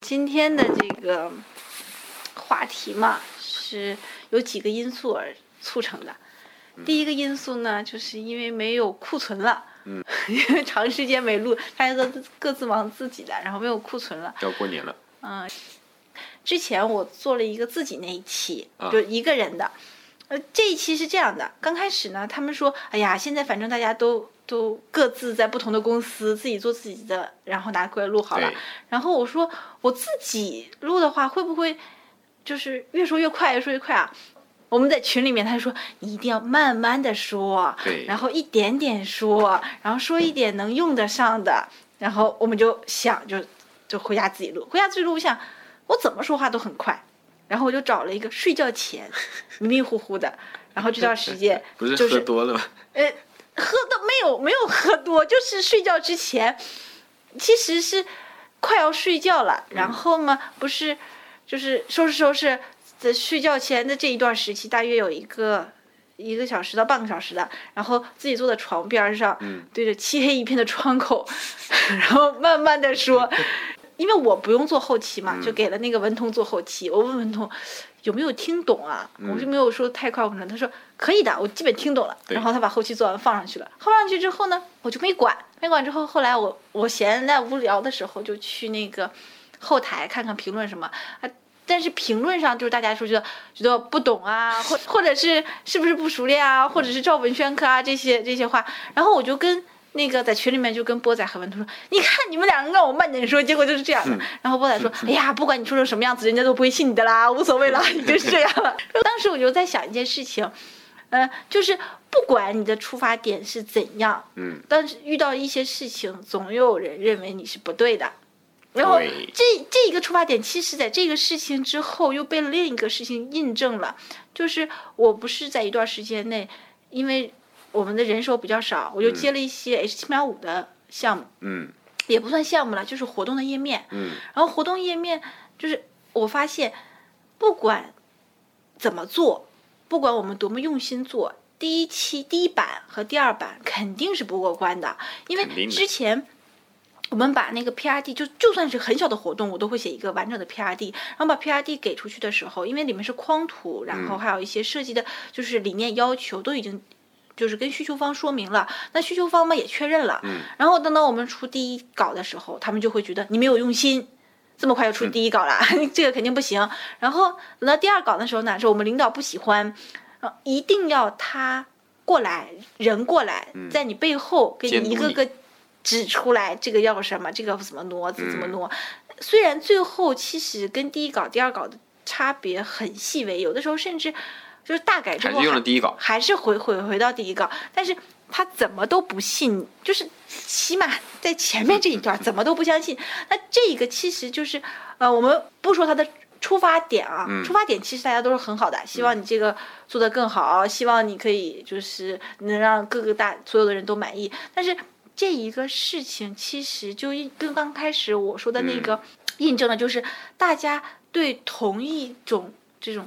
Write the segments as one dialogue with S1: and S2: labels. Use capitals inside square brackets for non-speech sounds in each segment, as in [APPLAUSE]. S1: 今天的这个话题嘛，是有几个因素而促成的。第一个因素呢，就是因为没有库存了，
S2: 嗯，
S1: [LAUGHS] 因为长时间没录，大家都各自忙自己的，然后没有库存了。
S2: 要过年了，
S1: 嗯，之前我做了一个自己那一期，
S2: 啊
S1: 就一个人的。呃，这一期是这样的，刚开始呢，他们说，哎呀，现在反正大家都都各自在不同的公司自己做自己的，然后拿过来录好了
S2: 对。，
S1: 然后我说我自己录的话，会不会就是越说越快，越说越快啊？我们在群里面，他说你一定要慢慢的说，
S2: 对
S1: 啊然后一点点说，然后说一点能用得上的，然后我们就想就就回家自己录，回家自己录，我想我怎么说话都很快，然后我就找了一个睡觉前迷迷糊糊的，然后这段时间
S2: 不是
S1: 就
S2: 喝
S1: 是
S2: 多了吗？
S1: 呃，喝的没有没有喝多，就是睡觉之前，其实是快要睡觉了，然后嘛，不是就是收拾收拾，在睡觉前的这一段时期，大约有一个一个小时到半个小时的，然后自己坐在床边上，
S2: 嗯
S1: 对着漆黑一片的窗口， [LAUGHS] 然后慢慢的说。因为我不用做后期嘛，就给了那个文童做后期。我问文童有没有听懂啊？我就没有说太快完成，他说可以的，我基本听懂了。
S2: 对
S1: 然后他把后期做完放上去了，放上去之后呢，我就没管，没管之后，后来我我闲在无聊的时候就去那个后台看看评论什么啊。但是评论上就是大家说觉得觉得不懂啊，或或者是是不是不熟练啊，或者是照本宣科啊这些这些话，然后我就跟那个在群里面就跟波仔和文图说，你看你们两个让我慢点说，结果就是这样的。然后波仔说，哎呀，不管你说成什么样子，人家都不会信你的啦，无所谓啦，已经是这样了。当时我就在想一件事情，呃，就是不管你的出发点是怎样，
S2: 嗯，
S1: 但是遇到一些事情，总有人认为你是不对的。然后
S2: 对
S1: 这这一个出发点，其实在这个事情之后，又被另一个事情印证了。就是我不是在一段时间内，因为我们的人手比较少，我就接了一些 H 七八五的项目，
S2: 嗯
S1: 也不算项目了，就是活动的页面。
S2: 嗯，
S1: 然后活动页面就是我发现，不管怎么做，不管我们多么用心做，第一期第一版和第二版肯定是不过关的，因
S2: 肯定
S1: 为
S2: 的
S1: 之前。我们把那个 PRD 就就算是很小的活动，我都会写一个完整的 PRD，然后把 PRD 给出去的时候，因为里面是框图，然
S2: 嗯
S1: 后还有一些设计的，就是理念要求都已经就是跟需求方说明了，那需求方嘛也确认
S2: 嗯
S1: 了，然后等到我们出第一稿的时候，他们就会觉得你没有用心，这么快就出
S2: 嗯
S1: 第一稿了， [LAUGHS] 这个肯定不行。然后等到第二稿的时候呢，是我们领导不喜欢，呃一定要他过来人过来，在你背后给
S2: 嗯监
S1: 你一
S2: 督
S1: 个
S2: 你
S1: 个指出来这个要什么，这个要怎么挪，怎么
S2: 嗯
S1: 挪。虽然最后其实跟第一稿、第二稿的差别很细微，有的时候甚至就是大改之
S2: 还
S1: 后
S2: 是用了第一稿，
S1: 还是回回回到第一个，但是他怎么都不信，就是起码在前面这一段怎么都不相信。那这个其实就是，呃，我们不说他的出发点啊，
S2: 嗯
S1: 出发点其实大家都是很好的，希望你这个做得更好，希望你可以就是能让各个大所有的人都满意，但是。这一个事情其实就一跟刚开始我说的那个印证了，就是大家对同一种这种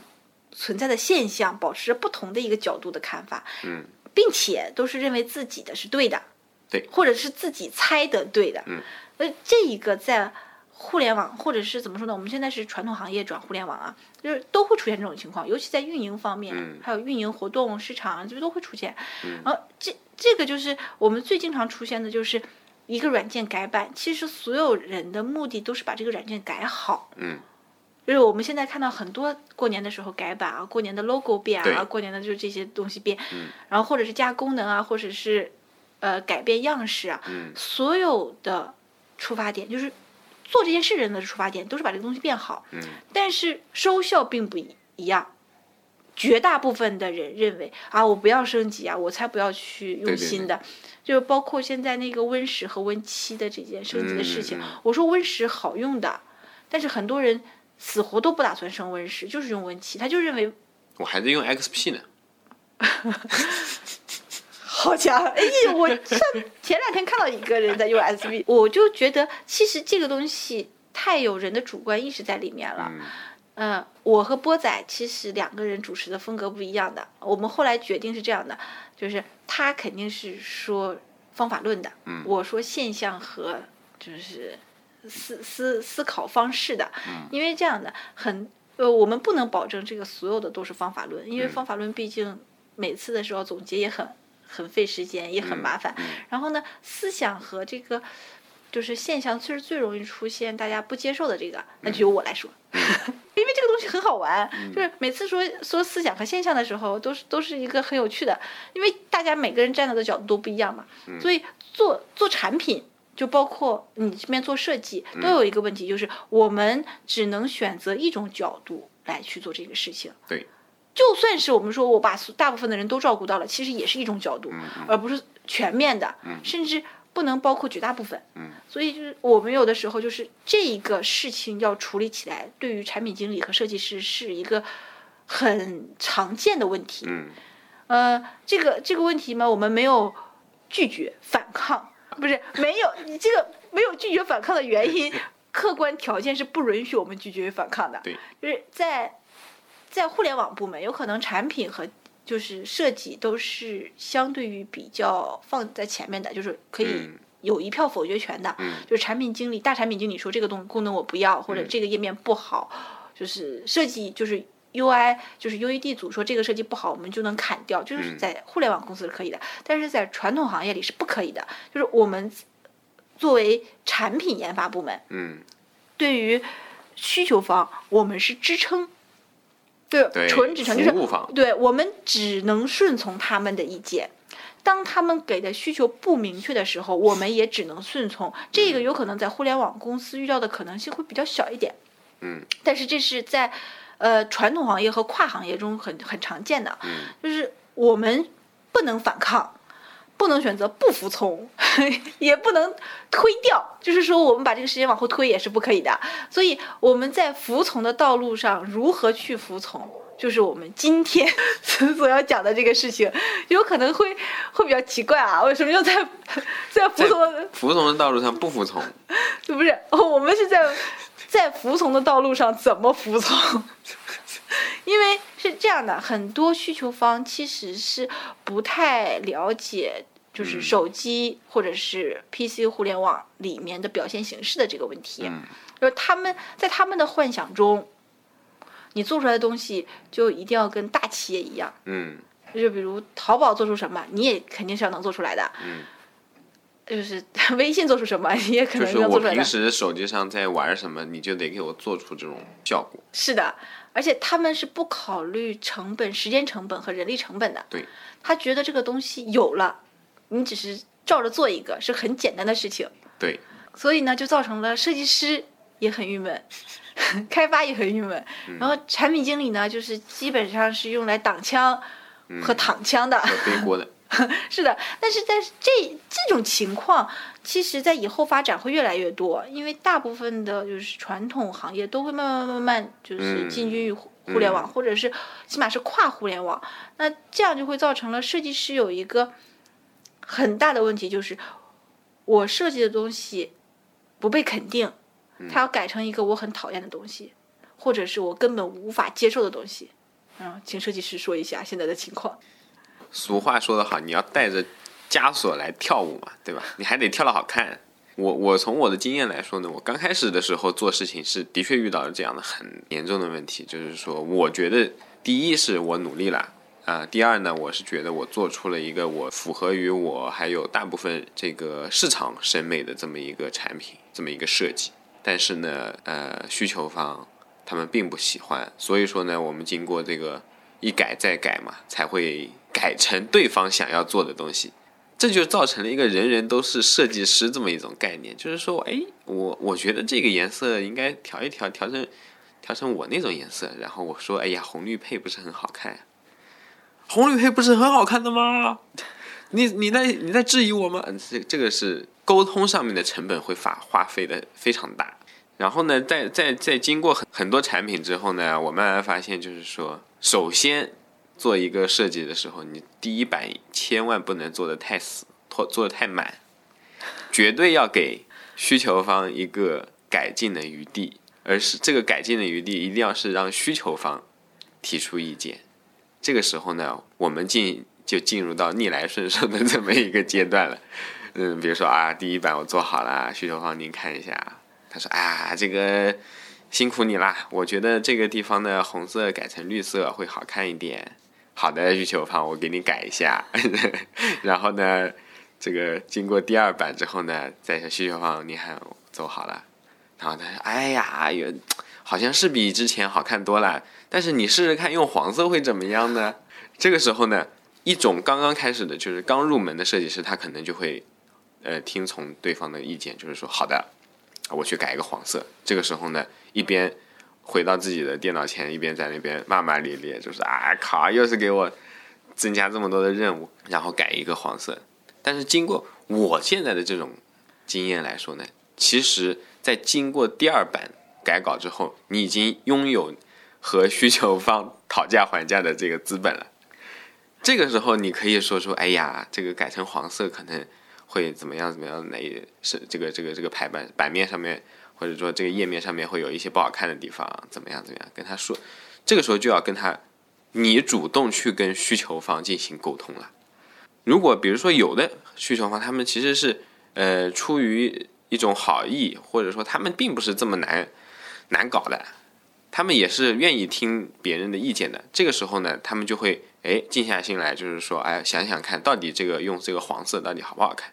S1: 存在的现象保持着不同的一个角度的看法，
S2: 嗯，
S1: 并且都是认为自己的是对的，
S2: 对，
S1: 或者是自己猜的对的，
S2: 嗯，
S1: 呃，这一个在互联网或者是怎么说呢？我们现在是传统行业转互联网啊，就是都会出现这种情况，尤其在运营方面，
S2: 嗯
S1: 还有运营活动、市场，这都会出现。
S2: 嗯
S1: 然后这这个就是我们最经常出现的，就是一个软件改版，其实所有人的目的都是把这个软件改好，
S2: 嗯，
S1: 就是我们现在看到很多过年的时候改版啊，过年的 logo 变啊，
S2: 对
S1: 过年的就是这些东西变，
S2: 嗯
S1: 然后或者是加功能啊，或者是呃改变样式啊，
S2: 嗯
S1: 所有的出发点就是做这件事人的出发点都是把这个东西变好，
S2: 嗯
S1: 但是收效并不一一样。绝大部分的人认为啊，我不要升级啊，我才不要去用
S2: 对对
S1: 新的，就是包括现在那个 Win 十和 Win 七的这件升级的事情，
S2: 嗯嗯嗯
S1: 我说 Win 十好用的，但是很多人死活都不打算升 Win 十，就是用 Win 七，他就认为
S2: 我还在用 XP 呢，
S1: 好强！哎，我上前两天看到一个人在用
S2: [LAUGHS]
S1: SB，我就觉得其实这个东西太有人的主观意识在里面了。
S2: 嗯
S1: 嗯、我和波仔其实两个人主持的风格不一样的，我们后来决定是这样的，就是他肯定是说方法论的，
S2: 嗯
S1: 我说现象和就是思思思考方式的，
S2: 嗯
S1: 因为这样的很呃，我们不能保证这个所有的都是方法论，
S2: 嗯
S1: 因为方法论毕竟每次的时候总结也很很费时间，也很麻烦。然后呢，思想和这个就是现象，其实最容易出现大家不接受的这个，那就由我来说。 [LAUGHS] 因为这个东西很好玩，就是每次说说思想和现象的时候，都是都是一个很有趣的，因为大家每个人站到的角度都不一样嘛，所以做做产品，就包括你这边做设计，都有一个问题，就是我们只能选择一种角度来去做这个事情。
S2: 对，
S1: 就算是我们说我把所大部分的人都照顾到了，其实也是一种角度，而不是全面的，甚至不能包括绝大部分。所以就是我们有的时候就是这一个事情要处理起来，对于产品经理和设计师是一个很常见的问题。
S2: 嗯，
S1: 呃，这个这个问题嘛，我们没有拒绝反抗，不是没有你这个没有拒绝反抗的原因，客观条件是不允许我们拒绝反抗的。
S2: 对，
S1: 就是在在互联网部门，有可能产品和就是设计都是相对于比较放在前面的，就是可以
S2: 嗯
S1: 有一票否决权的。
S2: 嗯
S1: 就是产品经理、大产品经理说这个东功能我不要，或者这个页面不好，就是设计就是。UI 就是 UED 组说这个设计不好，我们就能砍掉，就是
S2: 嗯
S1: 在互联网公司是可以的，但是在传统行业里是不可以的。就是我们作为产品研发部门，
S2: 嗯，
S1: 对于需求方，我们是支撑，对，
S2: 对，
S1: 纯支撑就
S2: 服
S1: 是
S2: 务方，
S1: 对，我们只能顺从他们的意见。当他们给的需求不明确的时候，我们也只能顺从。这个有可能在互联网公司遇到的可能性会比较小一点，
S2: 嗯
S1: 但是这是在呃传统行业和跨行业中很很常见的。
S2: 嗯，
S1: 就是我们不能反抗，不能选择不服从， [LAUGHS] 也不能推掉。就是说，我们把这个时间往后推也是不可以的。所以我们在服从的道路上，如何去服从，就是我们今天 [LAUGHS] 所要讲的这个事情，有可能会会比较奇怪啊。为什么要在 [LAUGHS] 在服从的
S2: 服从的道路上不服从，
S1: 不是，哦我们是
S2: [LAUGHS]
S1: 在在服从的道路上怎么服从？ [LAUGHS] 因为是这样的，很多需求方其实是不太了解，就是
S2: 嗯
S1: 手机或者是 PC 互联网里面的表现形式的这个问题。
S2: 嗯
S1: 就是他们在他们的幻想中，你做出来的东西就一定要跟大企业一样，
S2: 嗯
S1: 就比如淘宝做出什么，你也肯定是要能做出来的；
S2: 嗯，
S1: 就是 [LAUGHS] 微信做出什么，你也可
S2: 就
S1: 能
S2: 是
S1: 要
S2: 我
S1: 做出来的。
S2: 平时手机上在玩什么，你就得给我做出这种效果，
S1: 是的，而且他们是不考虑成本、时间成本和人力成本的。
S2: 对，
S1: 他觉得这个东西有了，你只是照着做一个是很简单的事情，
S2: 对，
S1: 所以呢，就造成了设计师也很郁闷， [LAUGHS] 开发也很郁闷，
S2: 嗯
S1: 然后产品经理呢，就是基本上是用来挡枪
S2: 嗯
S1: 和躺枪的。
S2: 要背锅的，
S1: [LAUGHS] 是的，但是在这这种情况，其实在以后发展会越来越多，因为大部分的就是传统行业都会慢慢慢慢就是
S2: 嗯
S1: 进军于互互联网，或者是起码是跨互联网。那这样就会造成了设计师有一个很大的问题，就是我设计的东西不被肯定，它要改成一个我很讨厌的东西，或者是我根本无法接受的东西。嗯，请设计师说一下现在的情况。
S2: 俗话说得好，你要带着枷锁来跳舞嘛，对吧？你还得跳得好看。我我从我的经验来说呢，我刚开始的时候做事情是的确遇到了这样的很严重的问题，就是说，我觉得第一是我努力了啊、第二呢，我是觉得我做出了一个我符合于我还有大部分这个市场审美的这么一个产品，这么一个设计，但是呢，呃，需求方他们并不喜欢，所以说呢，我们经过这个一改再改嘛，才会改成对方想要做的东西。这就造成了一个人人都是设计师这么一种概念，就是说，哎，我我觉得这个颜色应该调一调，调成调成我那种颜色。然后我说，哎呀，红绿配不是很好看、红绿配不是很好看的吗？你你在你在质疑我吗？嗯这这个是沟通上面的成本会花花费的非常大。然后呢，在在在经过很很多产品之后呢，我慢慢发现，就是说，首先做一个设计的时候，你第一版千万不能做的太死，做做的太满，绝对要给需求方一个改进的余地，而是这个改进的余地一定要是让需求方提出意见。这个时候呢，我们进就进入到逆来顺受的 [LAUGHS] 啊这么一个阶段了。嗯，比如说啊，第一版我做好了，需求方您看一下，他说：“啊，这个辛苦你啦，我觉得这个地方的红色改成绿色会好看一点。好的，玉球胖，我给你改一下。 [LAUGHS] 然后呢，这个经过第二版之后呢，再向需求方你喊我走好了。然后他说：哎呀，有好像是比之前好看多了，但是你试试看用黄色会怎么样呢？这个时候呢，一种刚刚开始的，就是刚入门的设计师，他可能就会呃听从对方的意见，就是说好的，啊我去改一个黄色。这个时候呢，一边回到自己的电脑前，一边在那边骂骂咧咧，就是啊靠，又是给我增加这么多的任务，然后改一个黄色。但是经过我现在的这种经验来说呢，其实在经过第二版改稿之后，你已经拥有和需求方讨价还价的这个资本了。这个时候你可以说出，哎呀，这个改成黄色可能会怎么样怎么样，哪是这个这个这个排版版面上面，或者说这个页面上面会有一些不好看的地方，怎么样怎么样，跟他说，这个时候就要跟他，你主动去跟需求方进行沟通了。如果比如说有的需求方，他们其实是呃出于一种好意，或者说他们并不是这么难难搞的，他们也是愿意听别人的意见的。这个时候呢，他们就会哎静下心来，就是说哎想想看到底这个用这个黄色到底好不好看。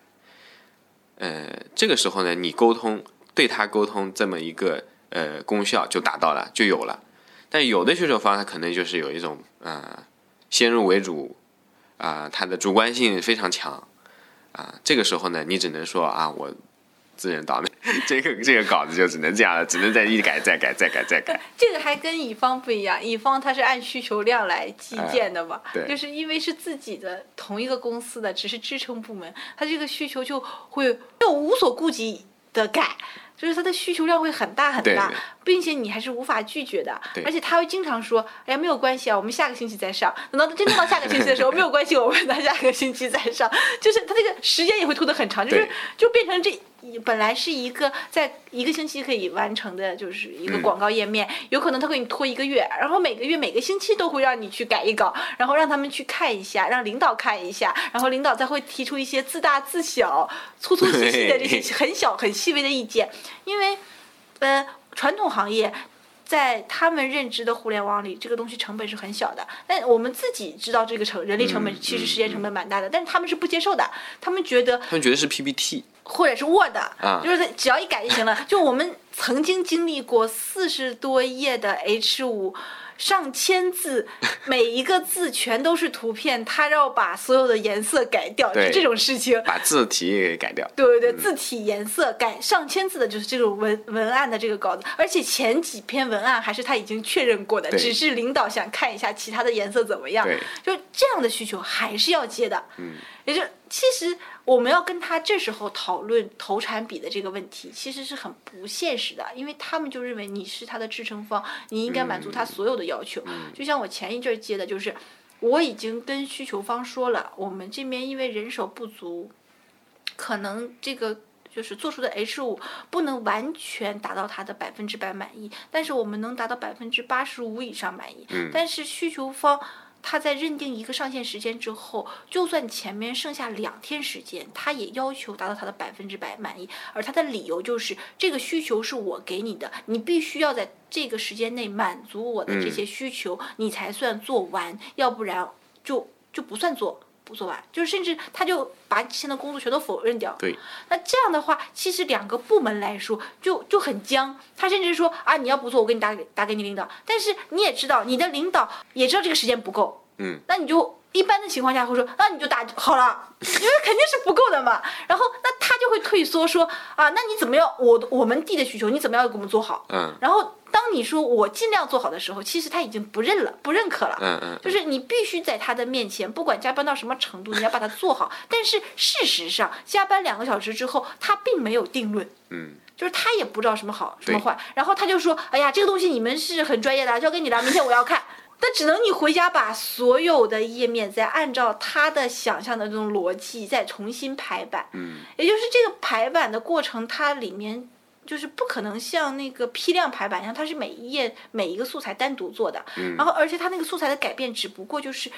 S2: 呃，这个时候呢，你沟通对他沟通这么一个呃功效就达到了，就有了。但有的需求方他可能就是有一种呃先入为主啊、他的主观性非常强啊、这个时候呢，你只能说啊我自认倒霉， [LAUGHS] 这个这个稿子就只能这样了，只能再一改再改再改再改。
S1: 这个还跟乙方不一样，乙方他是按需求量来计件的嘛，
S2: 哎对
S1: 就是因为是自己的同一个公司的，只是支撑部门，他这个需求就会就无所顾忌的改。就是他的需求量会很大很
S2: 对
S1: 大
S2: 对，
S1: 并且你还是无法拒绝的
S2: 对，
S1: 而且他会经常说：“哎呀，没有关系啊，我们下个星期再上。”等到真正到下个星期的时候，没有关系，我们到下个星期再上。就是他这个时间也会拖得很长，就是
S2: 对
S1: 就变成这本来是一个在一个星期可以完成的，就是一个
S2: 嗯
S1: 广告页面，有可能他会给你拖一个月，然后每个月每个星期都会让你去改一稿，然后让他们去看一下，让领导看一下，然后领导再会提出一些自大自小、粗粗细细的这些
S2: 对
S1: 很小很细微的意见，因为呃传统行业。在他们认知的互联网里，这个东西成本是很小的。但我们自己知道这个成人力成本
S2: 嗯，
S1: 其实
S2: 嗯
S1: 时间成本蛮大的，但是他们是不接受的。他们觉得
S2: 他们觉得是 PPT，
S1: 或者是 Word，、
S2: 啊
S1: 就是只要一改就行了。就我们曾经经历过四十多页的 H 五。上千字，每一个字全都是图片，他要把所有的颜色改掉，
S2: 对
S1: 是这种事情。
S2: 把字体给改掉。
S1: 对对对，字体颜色改上千字的就是这种文文案的这个稿子，而且前几篇文案还是他已经确认过的，
S2: 对
S1: 只是领导想看一下其他的颜色怎么样
S2: 对，
S1: 就这样的需求还是要接的。嗯，也就其实我们要跟他这时候讨论投产比的这个问题，其实是很不现实的，因为他们就认为你是他的支撑方，你应该满足他所有的要求。就像我前一阵儿接的就是。我已经跟需求方说了，我们这边因为人手不足，可能这个就是做出的 H 五不能完全达到它的百分之百满意，但是我们能达到百分之八十五以上满意。但是需求方。他在认定一个上线时间之后，就算前面剩下两天时间，他也要求达到他的百分之百满意，而他的理由就是这个需求是我给你的，你必须要在这个时间内满足我的这些需求，你才算做完，要不然就就不算做，不做完，就是甚至他就把之前的工作全都否认掉，
S2: 对，
S1: 那这样的话，其实两个部门来说就就很僵。他甚至说啊，你要不做，我给你打给打给你领导。但是你也知道，你的领导也知道这个时间不够，
S2: 嗯，
S1: 那你就一般的情况下会说，那你就打好了，因为肯定是不够的嘛。然后那他就会退缩说啊，那你怎么样？我我们递的需求，你怎么样给我们做好？
S2: 嗯
S1: 然后当你说我尽量做好的时候，其实他已经不认了，不认可了，
S2: 嗯嗯
S1: 就是你必须在他的面前，不管加班到什么程度，你要把它做好。但是事实上，加班两个小时之后，他并没有定论，
S2: 嗯，
S1: 就是他也不知道什么好什么
S2: 对
S1: 坏，然后他就说：“哎呀，这个东西你们是很专业的，交给你了，明天我要看。”但只能你回家把所有的页面再按照他的想象的这种逻辑再重新排版，
S2: 嗯，
S1: 也就是这个排版的过程，它里面就是不可能像那个批量排版一样，它是每一
S2: 嗯
S1: 页每一个素材单独做的，然后而且它那个素材的改变只不过就是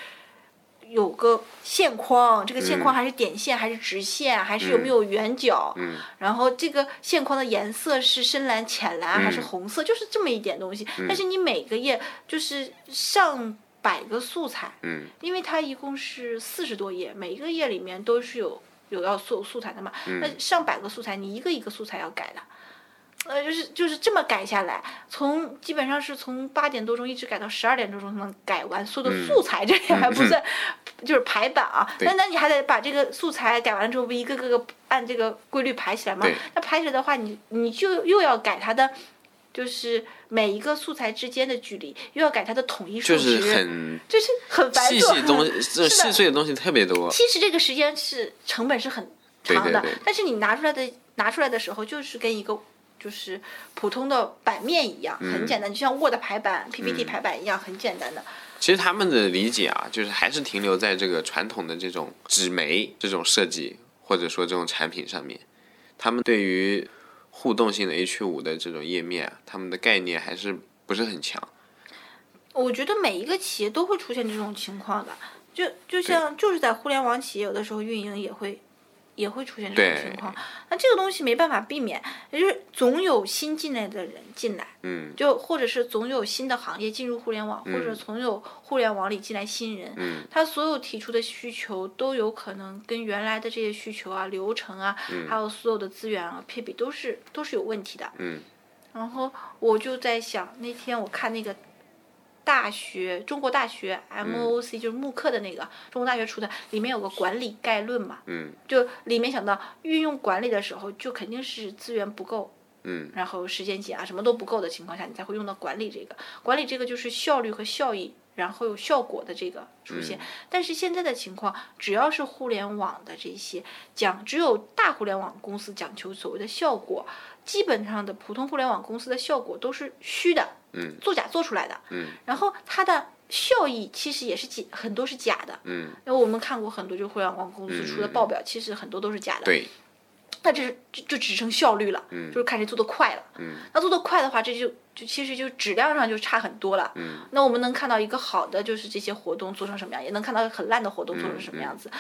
S1: 有个线框，这个线框还是点线、还是直线，还是有没有圆角，
S2: 嗯
S1: 然后这个线框的颜色是深蓝、浅蓝还是
S2: 嗯
S1: 红色，就是这么一点东西。但是你每个页就是上百个素材，
S2: 嗯
S1: 因为它一共是四十多页，每一个页里面都是有有要素素材的嘛。
S2: 嗯
S1: 那上百个素材，你一个一个素材要改的，呃，就是就是这么改下来，从基本上是从八点多钟一直改到十二点多钟才能改完所有的素材，这也还不算就是排版啊。
S2: 嗯对
S1: 那那你还得把这个素材改完了之后，不一个个个按这个规律排起来吗
S2: 对？
S1: 那排起来的话，你你就又要改它的。就是每一个素材之间的距离，又要改它的统一数
S2: 就
S1: 值，
S2: 是很
S1: 就是很繁琐。
S2: 细细东西，这
S1: 是的
S2: 细碎的东西特别多。
S1: 其实这个时间是成本是很
S2: 对
S1: 长的，
S2: 对对
S1: 但是你拿出来的拿出来的时候，就是跟一个就是普通的版面一样，
S2: 嗯
S1: 很简单，就像 Word 排版、PPT 排版一样，很简单的。
S2: 其实他们的理解啊，就是还是停留在这个传统的这种纸媒这种设计，或者说这种产品上面。他们对于互动性的 H 五的这种页面啊，他们的概念还是不是很强。
S1: 我觉得每一个企业都会出现这种情况的，就就像就是在互联网企业，有的时候运营也会也会出现这种
S2: 对
S1: 情况。那这个东西没办法避免，也就是总有新进来的人进来，
S2: 嗯
S1: 就或者是总有新的行业进入互联网，或者总有互联网里进来新人，
S2: 嗯
S1: 他所有提出的需求都有可能跟原来的这些需求啊、流程啊，
S2: 嗯
S1: 还有所有的资源啊配比都是都是有问题的。
S2: 嗯
S1: 然后我就在想，那天我看那个大学中国大学
S2: 嗯
S1: MOC、就是慕课的那个中国大学出的，里面有个管理概论嘛，
S2: 嗯
S1: 就里面想到运用管理的时候，就肯定是资源不够，
S2: 嗯
S1: 然后时间紧啊，什么都不够的情况下，你才会用到管理这个。管理这个就是效率和效益，然后有效果的这个出
S2: 嗯
S1: 现。但是现在的情况，只要是互联网的这些讲，只有大互联网公司讲求所谓的效果，基本上的普通互联网公司的效果都是虚的，
S2: 嗯
S1: 作假做出来的。
S2: 嗯
S1: 然后它的效益其实也是假，很多是假的。
S2: 嗯，
S1: 因为我们看过很多就互联网公司出的
S2: 嗯
S1: 报表，其实很多都是假的。
S2: 对，嗯
S1: 那这是就就只剩效率了，就是看谁做的快了。那做的快的话，这就就其实就质量上就差很多了。
S2: 嗯
S1: 那我们能看到一个好的就是这些活动做成什么样，也能看到很烂的活动做
S2: 嗯
S1: 成什么样子。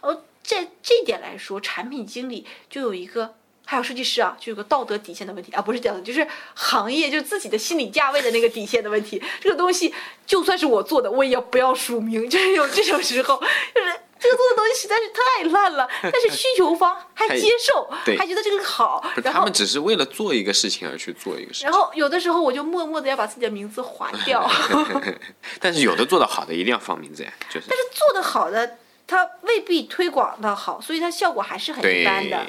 S1: 呃，这这一点来说，产品经理就有一个。还有设计师啊，就有个道德底线的问题啊，不是道德，就是行业就自己的心理价位的那个底线的问题。这个东西就算是我做的，我也不要署名，就是有这种时候，就是这个做的东西实在是太烂了，但是需求方还
S2: 太
S1: 接受，
S2: 对
S1: 还觉得这个好
S2: 不，是
S1: 然
S2: 他
S1: 后
S2: 们只是为了做一个事情而去做一个事
S1: 然
S2: 情，
S1: 后有的时候我就默默的要把自己的名字划掉，
S2: [LAUGHS]
S1: 但是
S2: 但是有的做的好的一定要放名字呀，就是
S1: 做的好的，它未必推广的好，所以它效果还是很一
S2: 对，
S1: 般的。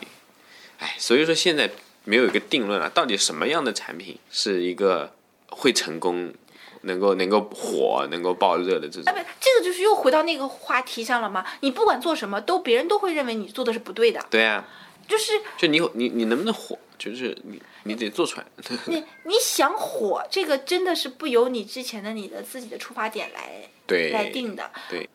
S2: 哎，所以说现在没有一个定论了，啊到底什么样的产品是一个会成功、能够能够火、能够爆热的这
S1: 哎，
S2: 种
S1: 不？，这个就是又回到那个话题上了嘛。你不管做什么，都别人都会认为你做的是不对的，
S2: 对啊，
S1: 就是
S2: 就你你你能不能火，就是你你得做出来。 [LAUGHS]
S1: 你你想火，这个真的是不由你之前的你的自己的出发点来来
S2: 对
S1: 定的。
S2: 对，